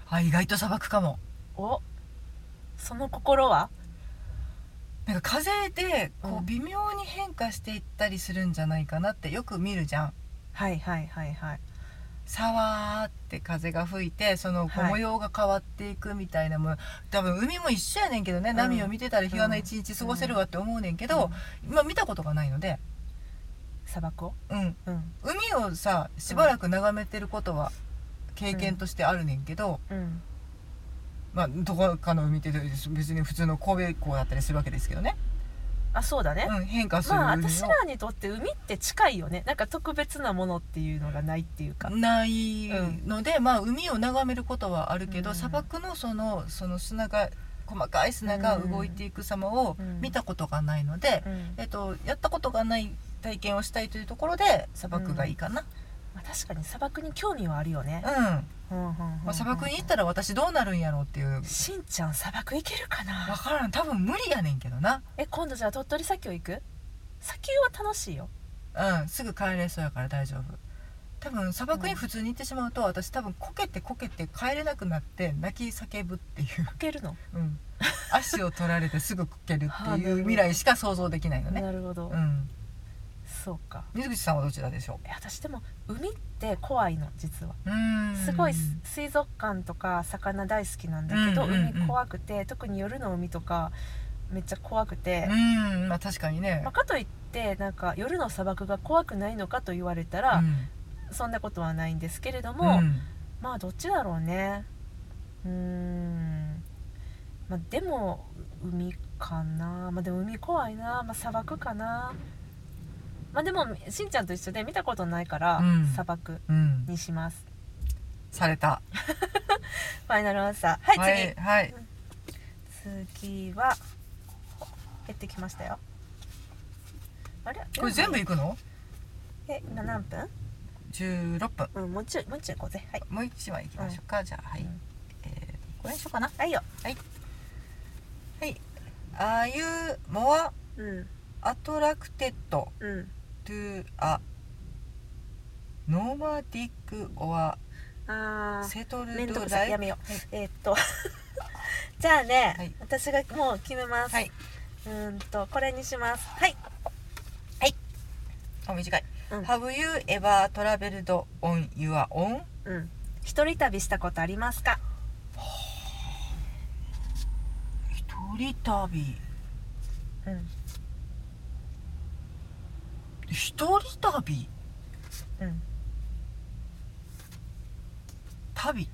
[SPEAKER 2] あ意外と砂漠かも
[SPEAKER 1] おその心は
[SPEAKER 2] なんか風でこ
[SPEAKER 1] うん
[SPEAKER 2] う微妙に変化していったりするんじゃないかなってよく見るじゃん
[SPEAKER 1] はいはいはいはい
[SPEAKER 2] さわーって風が吹いてそのこう
[SPEAKER 1] はい
[SPEAKER 2] 模様が変わっていくみたいなもの、多分海も一緒やねんけどね、
[SPEAKER 1] ん
[SPEAKER 2] 波を見てたら日がな一日過ごせるわって思うねんけど、今見たことがないので、
[SPEAKER 1] 砂漠を
[SPEAKER 2] うん、
[SPEAKER 1] うん
[SPEAKER 2] 海をさしばらく眺めてることは経験としてあるねんけど、
[SPEAKER 1] うん
[SPEAKER 2] まあ、どこかの海って別に普通の神戸港だったりするわけですけどね、
[SPEAKER 1] あそうだね、
[SPEAKER 2] うん、変化する
[SPEAKER 1] まあ
[SPEAKER 2] 海
[SPEAKER 1] 私
[SPEAKER 2] の、
[SPEAKER 1] らにとって海って近いよねなんか特別なものっていうのがないっていうか、
[SPEAKER 2] ない
[SPEAKER 1] うん
[SPEAKER 2] ので、まあ、海を眺めることはあるけど、
[SPEAKER 1] うん
[SPEAKER 2] 砂漠のそのその砂が細かい砂が動いていく様を
[SPEAKER 1] うん
[SPEAKER 2] 見たことがないので、
[SPEAKER 1] うん
[SPEAKER 2] えっと、やったことがない体験をしたいというところで砂漠がいいかな、
[SPEAKER 1] まあ、確かに砂漠に興味はあるよね
[SPEAKER 2] う、ん、ま
[SPEAKER 1] うんうんうんうん
[SPEAKER 2] あ、砂漠に行ったら私どうなるんやろうっていう
[SPEAKER 1] しんちゃん砂漠行けるか
[SPEAKER 2] 分
[SPEAKER 1] な
[SPEAKER 2] からん多分無理やねんけどな
[SPEAKER 1] え今度じゃあ鳥取砂丘行く砂丘は楽しいよ
[SPEAKER 2] うんすぐ帰れそうやから大丈夫多分砂漠に普通に行ってしまうと、私多分こけてこけて帰れなくなって泣き叫ぶっていう、
[SPEAKER 1] 行けるの、
[SPEAKER 2] うん、足を取られてすぐこける
[SPEAKER 1] [laughs] はあ
[SPEAKER 2] っ
[SPEAKER 1] な
[SPEAKER 2] て
[SPEAKER 1] る
[SPEAKER 2] い
[SPEAKER 1] ほ
[SPEAKER 2] う
[SPEAKER 1] ど
[SPEAKER 2] 未来しか想像できないのね
[SPEAKER 1] なるほど、
[SPEAKER 2] うん
[SPEAKER 1] そうか
[SPEAKER 2] 水口さんはどちらでしょ
[SPEAKER 1] え私でも海って怖いの実は
[SPEAKER 2] ううーん
[SPEAKER 1] すごいす水族館とか魚大好きなんだけど、
[SPEAKER 2] うんうんうん
[SPEAKER 1] 海怖くて特に夜の海とかめっちゃ怖くて
[SPEAKER 2] う、んまあ確かにね
[SPEAKER 1] まあ、かといってなんか夜の砂漠が怖くないのかと言われたら、
[SPEAKER 2] うん
[SPEAKER 1] そんなことはないんですけれども、
[SPEAKER 2] うん
[SPEAKER 1] まあどっちだろうねうーん、まあ、でも海かな、まあ、でも海怖いな、まあ、砂漠かなまあでもしんちゃんと一緒で見たことないから、
[SPEAKER 2] うん
[SPEAKER 1] 砂漠
[SPEAKER 2] うん、
[SPEAKER 1] にします
[SPEAKER 2] された
[SPEAKER 1] ファイナルアンサーはい、
[SPEAKER 2] はい、はい
[SPEAKER 1] 次次は減ってきましたよあれ
[SPEAKER 2] これ全部いくの
[SPEAKER 1] え今何分
[SPEAKER 2] 16分
[SPEAKER 1] うんもうちょいもうちょい行こうぜはい
[SPEAKER 2] もう一枚いきましょうか、じゃあはい、
[SPEAKER 1] うん
[SPEAKER 2] えー、これにしようかな
[SPEAKER 1] はいよ
[SPEAKER 2] はい「あゆもは
[SPEAKER 1] うん
[SPEAKER 2] アトラクテッド
[SPEAKER 1] うん
[SPEAKER 2] トゥアノーマディックオア
[SPEAKER 1] あ
[SPEAKER 2] セト
[SPEAKER 1] ーめ
[SPEAKER 2] ル
[SPEAKER 1] んど
[SPEAKER 2] ド
[SPEAKER 1] くさ
[SPEAKER 2] ラ
[SPEAKER 1] い
[SPEAKER 2] イ
[SPEAKER 1] や
[SPEAKER 2] フ
[SPEAKER 1] めようえーっと [laughs] じゃあね、
[SPEAKER 2] はい
[SPEAKER 1] 私がもう決めます、
[SPEAKER 2] はいう
[SPEAKER 1] ーんとこれにしますはい
[SPEAKER 2] あ短い、
[SPEAKER 1] うん
[SPEAKER 2] Have you ever traveled on your own?
[SPEAKER 1] うん一人旅したことありますか
[SPEAKER 2] 一人旅
[SPEAKER 1] うん
[SPEAKER 2] 一人旅
[SPEAKER 1] うん
[SPEAKER 2] 旅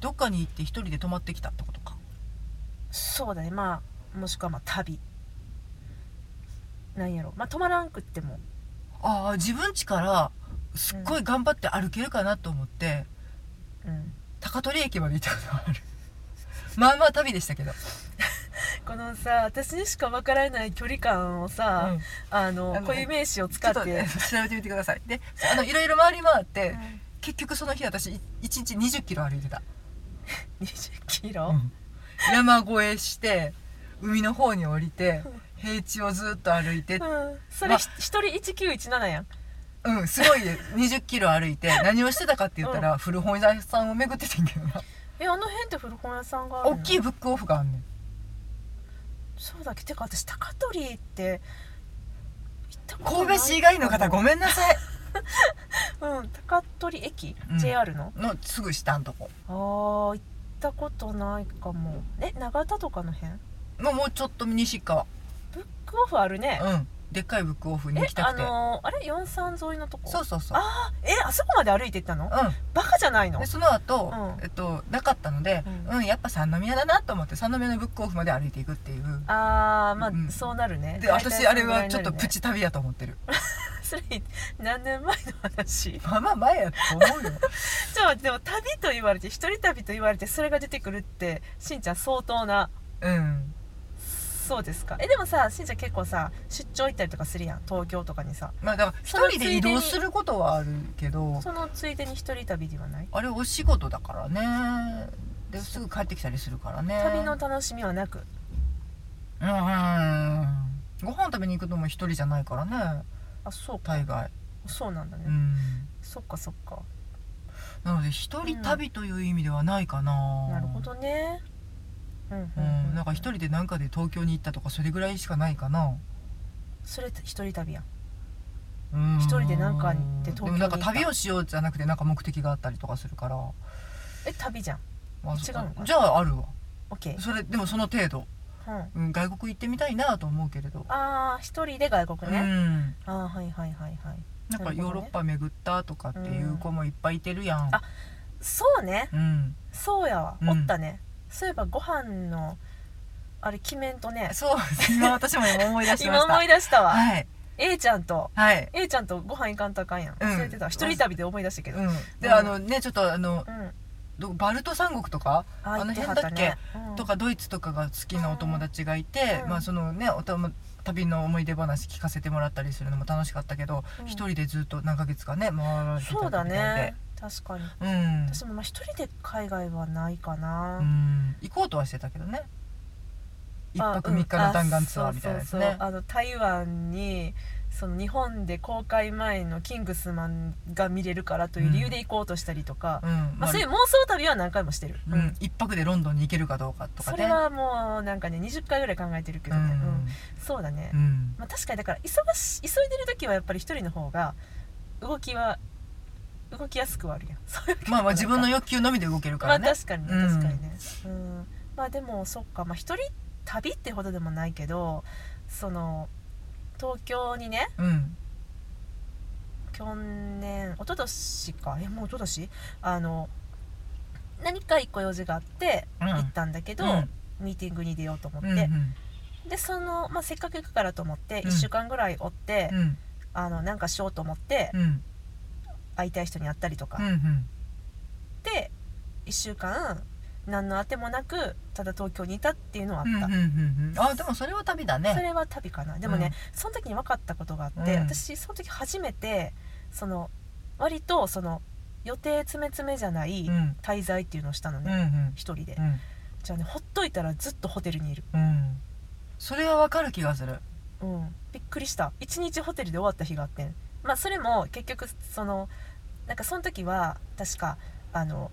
[SPEAKER 2] どっかに行って一人で泊まってきたってことか
[SPEAKER 1] そうだねまあもしくはまあ旅なんやろまあ泊まらんくっても
[SPEAKER 2] ああ自分家からすっごい頑張って歩けるかなと思って、
[SPEAKER 1] うん
[SPEAKER 2] 高取駅まで行ったことある [laughs] まあまあ旅でしたけど、
[SPEAKER 1] このさ私にしか分からない距離感をさ、
[SPEAKER 2] うん
[SPEAKER 1] あの
[SPEAKER 2] あのね
[SPEAKER 1] 固有名詞を使
[SPEAKER 2] ちょっ
[SPEAKER 1] って
[SPEAKER 2] とね調べてみてくださいであのいろいろ回り回って、
[SPEAKER 1] う
[SPEAKER 2] 結局その日私い一日2 0キロ歩いてた、
[SPEAKER 1] ん20キロ、
[SPEAKER 2] 山越えして海の方に降りて平地をずっと歩いて
[SPEAKER 1] うんそ
[SPEAKER 2] ま
[SPEAKER 1] れひ一、人1917やん
[SPEAKER 2] うんすごい2 0キロ歩いて何をしてたかって言ったら、古本屋さんを巡っててんけどな
[SPEAKER 1] えあの辺って古本屋さんがある
[SPEAKER 2] 大
[SPEAKER 1] の
[SPEAKER 2] きいブックオフがあんねん
[SPEAKER 1] そうだっけてか私高取って行ったことない
[SPEAKER 2] 神戸市以外の方ごめんなさい
[SPEAKER 1] うん高取駅、
[SPEAKER 2] うん
[SPEAKER 1] JR の
[SPEAKER 2] のすぐ下んとこ
[SPEAKER 1] あー行ったことないかもえ長田とかの辺
[SPEAKER 2] のもうちょっと西川
[SPEAKER 1] ブックオフあるね、
[SPEAKER 2] うんでっかいブックオフに
[SPEAKER 1] え
[SPEAKER 2] 行きた
[SPEAKER 1] あ
[SPEAKER 2] くて、
[SPEAKER 1] のーあれ43沿いのとこ
[SPEAKER 2] そうそうそう
[SPEAKER 1] あえあそこまで歩いて行ったの
[SPEAKER 2] うん
[SPEAKER 1] バカじゃないの
[SPEAKER 2] でその後、
[SPEAKER 1] うん
[SPEAKER 2] えっとなかったので、
[SPEAKER 1] う
[SPEAKER 2] うん、やっぱ三宮だなと思って三宮のブックオフまで歩いていくっていう
[SPEAKER 1] あーまあ、
[SPEAKER 2] うん
[SPEAKER 1] そうなるね
[SPEAKER 2] で
[SPEAKER 1] 大体
[SPEAKER 2] 私あれはち
[SPEAKER 1] そ
[SPEAKER 2] ょっ
[SPEAKER 1] のぐらいになるね
[SPEAKER 2] とプチ旅やと思ってる
[SPEAKER 1] それ何年前の話 [laughs]
[SPEAKER 2] まあまあ前やと思うよ
[SPEAKER 1] ちょっと待ってでも旅と言われて一人旅と言われてそれが出てくるってしんちゃん相当な
[SPEAKER 2] うん
[SPEAKER 1] そうですかえでもさしんちゃん結構さ出張行ったりとかするやん東京とかにさ
[SPEAKER 2] まあだから
[SPEAKER 1] その
[SPEAKER 2] 一人で移動することはあるけど
[SPEAKER 1] そのついでに一人旅ではない
[SPEAKER 2] あれお仕事だからねですぐ帰ってきたりするからね
[SPEAKER 1] 旅の楽しみはなく
[SPEAKER 2] うんうんご飯食べに行くのも一人じゃないからね
[SPEAKER 1] あそうか
[SPEAKER 2] 大概
[SPEAKER 1] そうなんだね、
[SPEAKER 2] うん
[SPEAKER 1] そっかそっか
[SPEAKER 2] なので一人旅という意味ではないかな、
[SPEAKER 1] なるほどねうんうん
[SPEAKER 2] う
[SPEAKER 1] うん、
[SPEAKER 2] ん、なんか一人でなんかで東京に行ったとかそれぐらいしかないかな
[SPEAKER 1] それ一人旅やん
[SPEAKER 2] うん
[SPEAKER 1] 一人でなんかで東京に行った
[SPEAKER 2] でもなんか旅をしようじゃなくてなんか目的があったりとかするから、
[SPEAKER 1] え旅じゃん
[SPEAKER 2] まあそ
[SPEAKER 1] 違うのかな
[SPEAKER 2] じゃああるわ
[SPEAKER 1] OK、
[SPEAKER 2] それでもその程度、
[SPEAKER 1] うん、
[SPEAKER 2] うん、外国行ってみたいなと思うけれど、
[SPEAKER 1] ああ一人で外
[SPEAKER 2] う
[SPEAKER 1] 国ね、
[SPEAKER 2] ん
[SPEAKER 1] ああはいはいはいはい
[SPEAKER 2] なんかヨーロッパ巡ったとかっていう子もいっぱいいてるやん
[SPEAKER 1] あそうね
[SPEAKER 2] うん、
[SPEAKER 1] そうやわ、
[SPEAKER 2] うん
[SPEAKER 1] おったねそういえばご飯のあれ決めんとね
[SPEAKER 2] そう今私も今思い出しま
[SPEAKER 1] 今
[SPEAKER 2] した
[SPEAKER 1] 思い出したわ、
[SPEAKER 2] はい、
[SPEAKER 1] A ちゃんと
[SPEAKER 2] はい
[SPEAKER 1] A ちゃんとご飯行かんとあかんやん、
[SPEAKER 2] うん
[SPEAKER 1] 忘れてた一人旅で思い出したけど、
[SPEAKER 2] うん、で、
[SPEAKER 1] うん
[SPEAKER 2] あのねちょっとあの
[SPEAKER 1] うん
[SPEAKER 2] どバルト三国とか
[SPEAKER 1] あ
[SPEAKER 2] あの
[SPEAKER 1] 行はたねうん
[SPEAKER 2] とかドイツとかが好きなお友達がいて、
[SPEAKER 1] うん
[SPEAKER 2] まあそのねおたま旅の思い出話聞かせてもらったりするのも楽しかったけど
[SPEAKER 1] うん
[SPEAKER 2] 一、人でずっと何ヶ月かね回られてた
[SPEAKER 1] そうだ
[SPEAKER 2] みたい
[SPEAKER 1] ね確かに
[SPEAKER 2] でうん、
[SPEAKER 1] 私もまあ一人で海外はないかな、
[SPEAKER 2] うん、行こうとはしてたけどね一
[SPEAKER 1] あ
[SPEAKER 2] 泊
[SPEAKER 1] うん
[SPEAKER 2] 三日の弾丸ツア
[SPEAKER 1] あ
[SPEAKER 2] ーみたいなやつ
[SPEAKER 1] そうそう
[SPEAKER 2] ね
[SPEAKER 1] そうあの台湾にその日本で公開前の「キングスマン」が見れるからという理由で行こうとしたりとか、
[SPEAKER 2] うん
[SPEAKER 1] まあ、そういう妄想旅は何回もしてる、
[SPEAKER 2] うん、一泊でロンドンに行けるかどうかとか
[SPEAKER 1] そ
[SPEAKER 2] ね
[SPEAKER 1] れはもうなんかね20回ぐらい考えてるけどね、うんそうだね、
[SPEAKER 2] うん、うん
[SPEAKER 1] まあ、確かにだから忙し急いでる時はやっぱり一人の方が動きは動きやすくはあるやん [laughs] そういう
[SPEAKER 2] まあまあ自分の欲求のみで動けるか
[SPEAKER 1] まあ
[SPEAKER 2] らね、
[SPEAKER 1] 確かにね
[SPEAKER 2] うん
[SPEAKER 1] 確かにね、うんまあでもそっかまあ一人旅ってほどでもないけどその東京にね
[SPEAKER 2] うん
[SPEAKER 1] 去年一昨年かえもう一昨年あの何か一個用事があって
[SPEAKER 2] うん
[SPEAKER 1] 行ったんだけど、
[SPEAKER 2] うん
[SPEAKER 1] ミーティングに出ようと思っ
[SPEAKER 2] う
[SPEAKER 1] て、
[SPEAKER 2] んうん
[SPEAKER 1] でその、まあ、せっかく行くからと思って
[SPEAKER 2] うん
[SPEAKER 1] 1週間ぐらい追って、
[SPEAKER 2] うん
[SPEAKER 1] あのなんかしようと思って、
[SPEAKER 2] うん
[SPEAKER 1] 会いたい人に会ったりとか、
[SPEAKER 2] うんうん
[SPEAKER 1] で1週間何のあてもなくただ東京にいたっていうのはあった、
[SPEAKER 2] うんうんうんうんあでもそれは旅だ
[SPEAKER 1] そ
[SPEAKER 2] ね
[SPEAKER 1] れは旅かなでもね、その時に分かったことがあって、
[SPEAKER 2] うん
[SPEAKER 1] 私その時初めてその割とその予定詰め詰めじゃな
[SPEAKER 2] う
[SPEAKER 1] い
[SPEAKER 2] んうん
[SPEAKER 1] 滞在っていうのをしたの
[SPEAKER 2] う
[SPEAKER 1] ね、
[SPEAKER 2] ん
[SPEAKER 1] 一人で
[SPEAKER 2] うん
[SPEAKER 1] じゃあねほっといたらずっとホテルにいる
[SPEAKER 2] うんそれはわかる気がする
[SPEAKER 1] うん、びっくりした一日ホテルで終わった日があってんまあそれも結局そのなんかその時は確かあの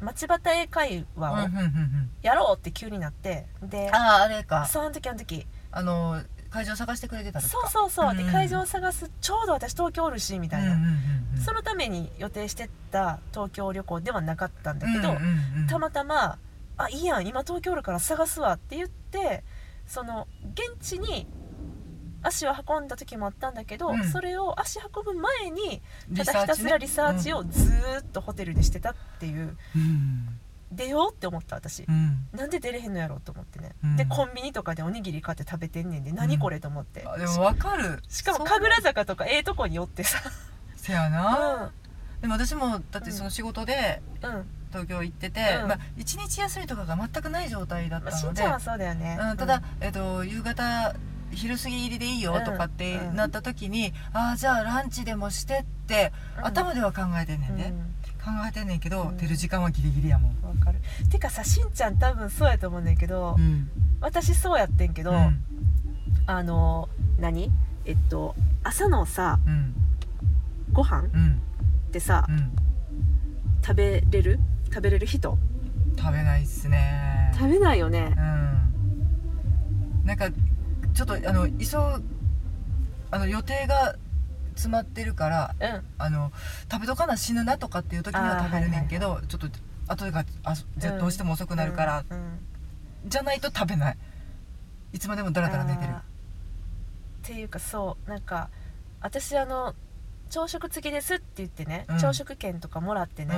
[SPEAKER 1] 町端英会
[SPEAKER 2] うんうん
[SPEAKER 1] 話を
[SPEAKER 2] うんうん
[SPEAKER 1] やろうって急になって、で
[SPEAKER 2] あああれか
[SPEAKER 1] その時あの時
[SPEAKER 2] あの会場探してくれてた時
[SPEAKER 1] そう
[SPEAKER 2] か
[SPEAKER 1] そうそう、
[SPEAKER 2] うん
[SPEAKER 1] で会場を探すちょうど私東京おるしみたいな、
[SPEAKER 2] うんうんうんうん
[SPEAKER 1] そのために予定してた東京旅行ではなかったんだけど、
[SPEAKER 2] うんうんうん
[SPEAKER 1] たまたま「あいいやん今東京おるから探すわ」って言ってその現地に足を運んだ時もあったんだけど、
[SPEAKER 2] うん
[SPEAKER 1] それを足運ぶ前にただ
[SPEAKER 2] リサ
[SPEAKER 1] ひ
[SPEAKER 2] ー
[SPEAKER 1] た
[SPEAKER 2] チ
[SPEAKER 1] す
[SPEAKER 2] ね
[SPEAKER 1] らリサーチをずーっとホテルでしてたっていう、
[SPEAKER 2] うん
[SPEAKER 1] 出ようって思った私
[SPEAKER 2] う、ん
[SPEAKER 1] なんで出れへんのやろうと思ってね、
[SPEAKER 2] うん
[SPEAKER 1] でコンビニとかでおにぎり買って食べてんねんで何これと思って、
[SPEAKER 2] あでもわかる
[SPEAKER 1] しかも
[SPEAKER 2] そう
[SPEAKER 1] 神楽坂とかええとこに寄ってさ
[SPEAKER 2] せやなでも私もだってその仕事で
[SPEAKER 1] うん、うん
[SPEAKER 2] 東京行ってて、
[SPEAKER 1] うん
[SPEAKER 2] まあ、1日休みとかが全くない状態だっ
[SPEAKER 1] まあ、
[SPEAKER 2] た
[SPEAKER 1] し
[SPEAKER 2] の
[SPEAKER 1] んち
[SPEAKER 2] で、
[SPEAKER 1] ゃんはそうだよね、
[SPEAKER 2] うん、ただ、えっと夕方昼過ぎ入りでいいよとかって
[SPEAKER 1] うん
[SPEAKER 2] なった時に、ああじゃあランチでもしてって、
[SPEAKER 1] うん
[SPEAKER 2] 頭では考えてんねんね、
[SPEAKER 1] うん
[SPEAKER 2] 考えてんねんけど、
[SPEAKER 1] うん
[SPEAKER 2] 出る時間はギリギリやもん、
[SPEAKER 1] わかるてかさしんちゃん多分そうやと思うねんだけど、
[SPEAKER 2] ん
[SPEAKER 1] 私そうやってんけど、
[SPEAKER 2] うん
[SPEAKER 1] あの何えっと朝のさ
[SPEAKER 2] うん
[SPEAKER 1] ご飯
[SPEAKER 2] うん
[SPEAKER 1] ってさ
[SPEAKER 2] うん
[SPEAKER 1] 食べれる食べれる人
[SPEAKER 2] 食べないっすね
[SPEAKER 1] 食べないよね
[SPEAKER 2] うんなんかちょっとあの急ぐあの予定が詰まってるから
[SPEAKER 1] うん
[SPEAKER 2] あの食べとかな死ぬなとかっていう時には食べるねんけど、ちょっと後があじゃ
[SPEAKER 1] うん
[SPEAKER 2] どうしても遅くなるから、
[SPEAKER 1] うんうん
[SPEAKER 2] じゃないと食べないいつまでもダラダラ寝てる
[SPEAKER 1] あーっていうかそうなんか私あの朝食付きですって言ってね、
[SPEAKER 2] うん
[SPEAKER 1] 朝食券とかもらってね、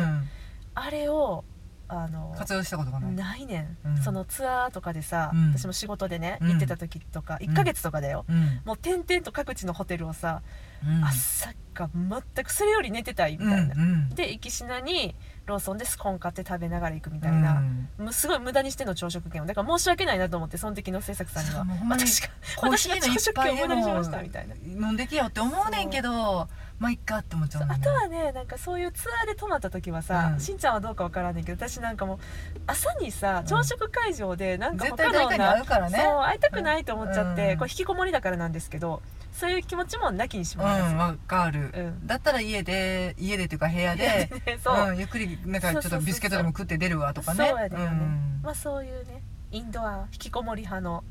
[SPEAKER 1] あれをあの
[SPEAKER 2] うん、活用したことがない、うん
[SPEAKER 1] ないねん、
[SPEAKER 2] うん
[SPEAKER 1] そのツアーとかでさ、
[SPEAKER 2] うん
[SPEAKER 1] 私も仕事でね、
[SPEAKER 2] うん
[SPEAKER 1] 行ってた時とか
[SPEAKER 2] ん
[SPEAKER 1] 1ヶ月とかだよ、
[SPEAKER 2] うん
[SPEAKER 1] もう点々と各地のホテルをさ、
[SPEAKER 2] うん
[SPEAKER 1] 朝か全くそれより寝てたいみたいな、
[SPEAKER 2] うん
[SPEAKER 1] で行きしなにローソンでスコーン買って食べながら行くみ
[SPEAKER 2] う
[SPEAKER 1] たい
[SPEAKER 2] ん
[SPEAKER 1] な、もうすごい無駄にしてんの朝食券をだから申し訳ないなと思ってその時の制作さんに
[SPEAKER 2] そう
[SPEAKER 1] は
[SPEAKER 2] もうほんまに
[SPEAKER 1] 私が
[SPEAKER 2] コー
[SPEAKER 1] 私
[SPEAKER 2] ヒ
[SPEAKER 1] が
[SPEAKER 2] ーの
[SPEAKER 1] 朝
[SPEAKER 2] 一
[SPEAKER 1] 食券
[SPEAKER 2] 杯
[SPEAKER 1] を無
[SPEAKER 2] で
[SPEAKER 1] 駄にしました
[SPEAKER 2] も
[SPEAKER 1] みたいな。
[SPEAKER 2] 飲んでけよって思うねんけどまあいっかって思っちゃ
[SPEAKER 1] そうう
[SPEAKER 2] ね
[SPEAKER 1] あとはねなんかそういうツアーで泊まった時はさ、
[SPEAKER 2] うん
[SPEAKER 1] しんちゃんはどうかわからんねんけど私なんかもう朝にさ
[SPEAKER 2] うん
[SPEAKER 1] 朝食会場でなんか
[SPEAKER 2] 絶
[SPEAKER 1] 他
[SPEAKER 2] 対誰
[SPEAKER 1] の
[SPEAKER 2] かに
[SPEAKER 1] な、
[SPEAKER 2] 会うからね
[SPEAKER 1] そう会いたくないと思っちゃって、
[SPEAKER 2] うん
[SPEAKER 1] これ引きこもりだからなんですけどそういう気持ちもなきにし
[SPEAKER 2] う
[SPEAKER 1] もあらず
[SPEAKER 2] ん、わかる、
[SPEAKER 1] うん
[SPEAKER 2] だったら家で家でっていうか部屋で
[SPEAKER 1] [laughs] そう、
[SPEAKER 2] ん、ゆっくりなんかちょ
[SPEAKER 1] そうそうそう
[SPEAKER 2] っ
[SPEAKER 1] そ
[SPEAKER 2] と
[SPEAKER 1] う
[SPEAKER 2] ビスケットでも食って出るわとかね
[SPEAKER 1] そうやでよね、
[SPEAKER 2] ん
[SPEAKER 1] まあそういうねインドア引きこもり派の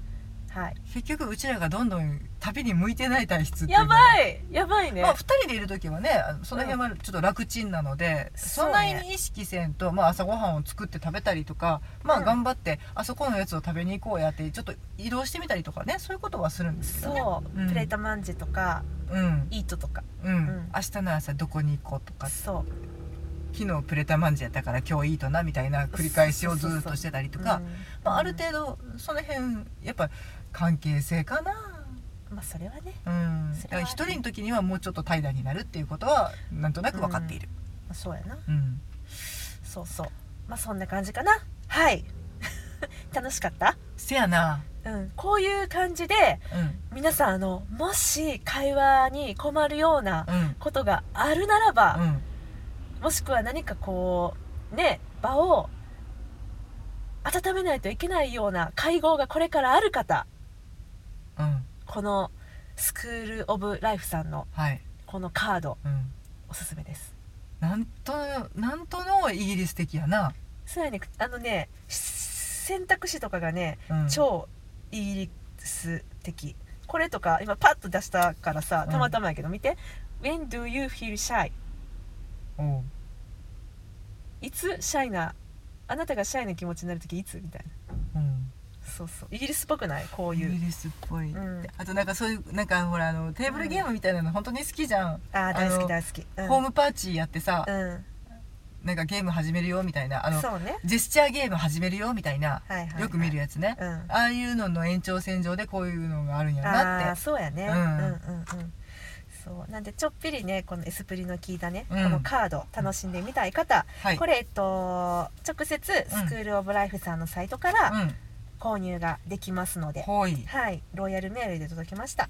[SPEAKER 1] はい
[SPEAKER 2] 結局うちらがどんどん旅に向いてない体質っていう
[SPEAKER 1] や
[SPEAKER 2] のが
[SPEAKER 1] ばいやばいね、
[SPEAKER 2] まあ、2人でいる時はねあのその辺はちょっと楽ちんなので、
[SPEAKER 1] そう
[SPEAKER 2] そ
[SPEAKER 1] ね
[SPEAKER 2] んなに意識せんと、まあ、朝ごはんを作って食べたりとか、ま
[SPEAKER 1] う
[SPEAKER 2] あ、
[SPEAKER 1] ん
[SPEAKER 2] 頑張ってあそこのやつを食べに行こうやってちょっと移動してみたりとかねそういうことはするんですけどね
[SPEAKER 1] そう、
[SPEAKER 2] うん
[SPEAKER 1] プレートマンジェとか
[SPEAKER 2] うん
[SPEAKER 1] イートとか
[SPEAKER 2] うん、
[SPEAKER 1] うん
[SPEAKER 2] 明日の朝どこに行こうとか
[SPEAKER 1] そ
[SPEAKER 2] 昨日プレタマンジェやったから今日いいとなみたいな繰り返しをずっとしてたり
[SPEAKER 1] う
[SPEAKER 2] とか
[SPEAKER 1] うん
[SPEAKER 2] まあ、ある程度その辺やっぱ関係性かな
[SPEAKER 1] まあそれはね
[SPEAKER 2] うん
[SPEAKER 1] それ
[SPEAKER 2] だか
[SPEAKER 1] は
[SPEAKER 2] ら一人の時にはもうちょっと怠惰になるっていうことはなんとなく分かっている
[SPEAKER 1] まあそうやな
[SPEAKER 2] うん、
[SPEAKER 1] そうそうまあそんな感じかなはい [laughs] 楽しかった、
[SPEAKER 2] せやな
[SPEAKER 1] うん、こういう感じで
[SPEAKER 2] うん
[SPEAKER 1] 皆さんあのもし会話に困るような
[SPEAKER 2] うん
[SPEAKER 1] ことがあるならば、
[SPEAKER 2] うん
[SPEAKER 1] もしくは何かこうね場を温めないといけないような会合がこれからある方
[SPEAKER 2] うん
[SPEAKER 1] このスクール・オブ・ライフさんの
[SPEAKER 2] はい
[SPEAKER 1] このカード
[SPEAKER 2] うん
[SPEAKER 1] おすすめです
[SPEAKER 2] なんとなんとのイギリス的やな、
[SPEAKER 1] さらにあのねし選択肢とかがね
[SPEAKER 2] うん、
[SPEAKER 1] 超イギリス的これとか今パッと出したからさ
[SPEAKER 2] うん
[SPEAKER 1] たまたまやけど見て「When do you feel shy?」
[SPEAKER 2] おう
[SPEAKER 1] いつシャイなあなたがシャイな気持ちになる時いつみたいな
[SPEAKER 2] うん
[SPEAKER 1] そうそうイギリスっぽくないこう
[SPEAKER 2] イギ
[SPEAKER 1] いう
[SPEAKER 2] リスっぽい、
[SPEAKER 1] うん
[SPEAKER 2] あとなんかそういうなんかほらあのテーブルゲームみたいなの本当に好きじゃん、
[SPEAKER 1] ああ大好
[SPEAKER 2] あの
[SPEAKER 1] き大好きうん
[SPEAKER 2] ホームパーティーやってさ、
[SPEAKER 1] うん
[SPEAKER 2] なんかゲーム始めるよみたいなあの
[SPEAKER 1] そうね
[SPEAKER 2] ジェスチャーゲーム始めるよみたいな、
[SPEAKER 1] はいはい
[SPEAKER 2] よく見る
[SPEAKER 1] や
[SPEAKER 2] やつね、
[SPEAKER 1] うん
[SPEAKER 2] ああいうのの延長線上でこういうのがあるんや
[SPEAKER 1] あ
[SPEAKER 2] な
[SPEAKER 1] あ
[SPEAKER 2] って
[SPEAKER 1] そうやね
[SPEAKER 2] う
[SPEAKER 1] うんんうんうんそうなんでちょっぴりねこのエスプリの効いたねこ
[SPEAKER 2] うん
[SPEAKER 1] のカード楽しんでみたい方
[SPEAKER 2] はい
[SPEAKER 1] これえっと直接スクール・オブ・ライフさんのサイトから
[SPEAKER 2] う
[SPEAKER 1] 購入ができますの
[SPEAKER 2] ん
[SPEAKER 1] で
[SPEAKER 2] ほい
[SPEAKER 1] はいロイヤルメールで届きました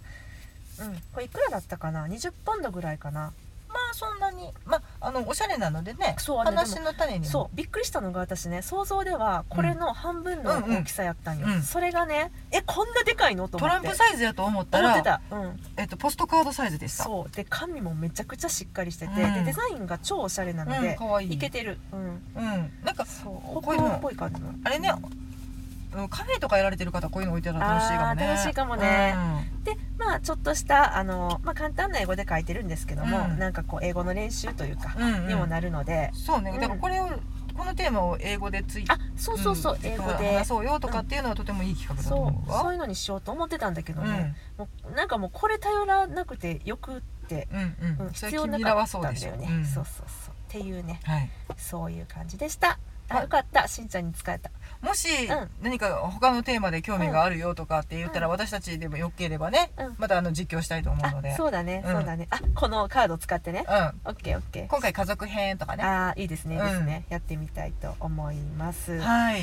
[SPEAKER 1] うんこれいくらだったかな20ポンドぐらいかな
[SPEAKER 2] まあそんなにまああのおしゃれなのでね
[SPEAKER 1] そうあの
[SPEAKER 2] 話の種にも
[SPEAKER 1] そうびっくりしたのが私ね想像ではこれの半分の大きさやったんよ、
[SPEAKER 2] うんうん
[SPEAKER 1] それがねえこんなでかいのと
[SPEAKER 2] ト
[SPEAKER 1] 思
[SPEAKER 2] ラ
[SPEAKER 1] っ
[SPEAKER 2] ン
[SPEAKER 1] て
[SPEAKER 2] プサイズやと思った
[SPEAKER 1] 思っ
[SPEAKER 2] ら
[SPEAKER 1] てた、うん、
[SPEAKER 2] えっと、ポストカードサイズでした
[SPEAKER 1] そうで紙もめちゃくちゃしっかりしてて、
[SPEAKER 2] うん
[SPEAKER 1] でデザインが超おしゃれなの
[SPEAKER 2] うん
[SPEAKER 1] で、
[SPEAKER 2] かわいい
[SPEAKER 1] いけてる、うん、
[SPEAKER 2] うんなんか
[SPEAKER 1] そう
[SPEAKER 2] こう
[SPEAKER 1] 北
[SPEAKER 2] いうの
[SPEAKER 1] 欧っぽい感じの
[SPEAKER 2] あれねうんカフェとかやられてる方こういうの置いてたら楽しいかもね
[SPEAKER 1] あー楽しいかもねでまあちょっとしたあの、まあ、簡単な英語で書いてるんですけども、
[SPEAKER 2] うん
[SPEAKER 1] なんかこう英語の練習というか、
[SPEAKER 2] うん、うん
[SPEAKER 1] にも
[SPEAKER 2] うん
[SPEAKER 1] なるので
[SPEAKER 2] そうね
[SPEAKER 1] うん
[SPEAKER 2] だからこれをこのテーマを英語でつい
[SPEAKER 1] あそうそうそう、
[SPEAKER 2] ん
[SPEAKER 1] 英語で
[SPEAKER 2] 話そうよとかっていうのはとてもいい企画だと
[SPEAKER 1] そ
[SPEAKER 2] 思う
[SPEAKER 1] う
[SPEAKER 2] わ
[SPEAKER 1] そういうのにしようと思ってたんだけど
[SPEAKER 2] うん
[SPEAKER 1] ね、もうなんかもうこれ頼らなくてよくって
[SPEAKER 2] うん
[SPEAKER 1] う
[SPEAKER 2] う
[SPEAKER 1] んん、必
[SPEAKER 2] それ
[SPEAKER 1] 要
[SPEAKER 2] 君
[SPEAKER 1] なか
[SPEAKER 2] らは
[SPEAKER 1] った
[SPEAKER 2] そ
[SPEAKER 1] ん
[SPEAKER 2] う
[SPEAKER 1] だ
[SPEAKER 2] でしょ
[SPEAKER 1] よね、
[SPEAKER 2] うん
[SPEAKER 1] そうそうそうっていうね
[SPEAKER 2] はい
[SPEAKER 1] そういう感じでしたあ
[SPEAKER 2] はい
[SPEAKER 1] よかったしんちゃんに使えた
[SPEAKER 2] もし
[SPEAKER 1] うん
[SPEAKER 2] 何か他のテーマで興味があるよとかって言ったら
[SPEAKER 1] う
[SPEAKER 2] 私たちでもよければね
[SPEAKER 1] うん
[SPEAKER 2] またあの実況したいと思うので
[SPEAKER 1] あそうだね、
[SPEAKER 2] うん
[SPEAKER 1] そうだねあこのカード使ってね
[SPEAKER 2] うん
[SPEAKER 1] オッケーオッケ
[SPEAKER 2] 今回家族編とか
[SPEAKER 1] ー
[SPEAKER 2] ね
[SPEAKER 1] あーいいですね、
[SPEAKER 2] うん
[SPEAKER 1] いいですねやってみたいと思いますは
[SPEAKER 2] はい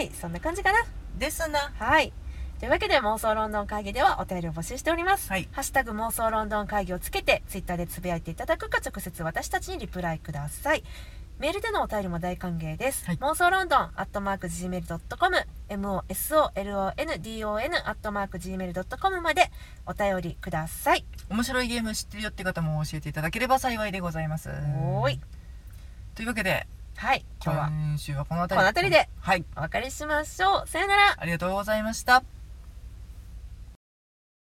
[SPEAKER 1] いそんな感じかな
[SPEAKER 2] ですな
[SPEAKER 1] はいというわけで妄想ロンドン会議ではお便りを募集しております、
[SPEAKER 2] はい
[SPEAKER 1] ハッシュタグ妄想ロンドン会議をつけてツイッターでつぶやいていただくか直接私たちにリプライくださいメールでのお便りも大歓迎です、
[SPEAKER 2] はい
[SPEAKER 1] 妄想ロンドンアットマーク Gmail.com mosolondon アットマーク Gmail.com までお便りください
[SPEAKER 2] 面白いゲーム知ってるよって方も教えていただければ幸いでございます
[SPEAKER 1] おーい
[SPEAKER 2] というわけで
[SPEAKER 1] はい今日は
[SPEAKER 2] 今週はこの辺り
[SPEAKER 1] この辺りで
[SPEAKER 2] はい
[SPEAKER 1] お別れしましょうさよなら
[SPEAKER 2] ありがとうございました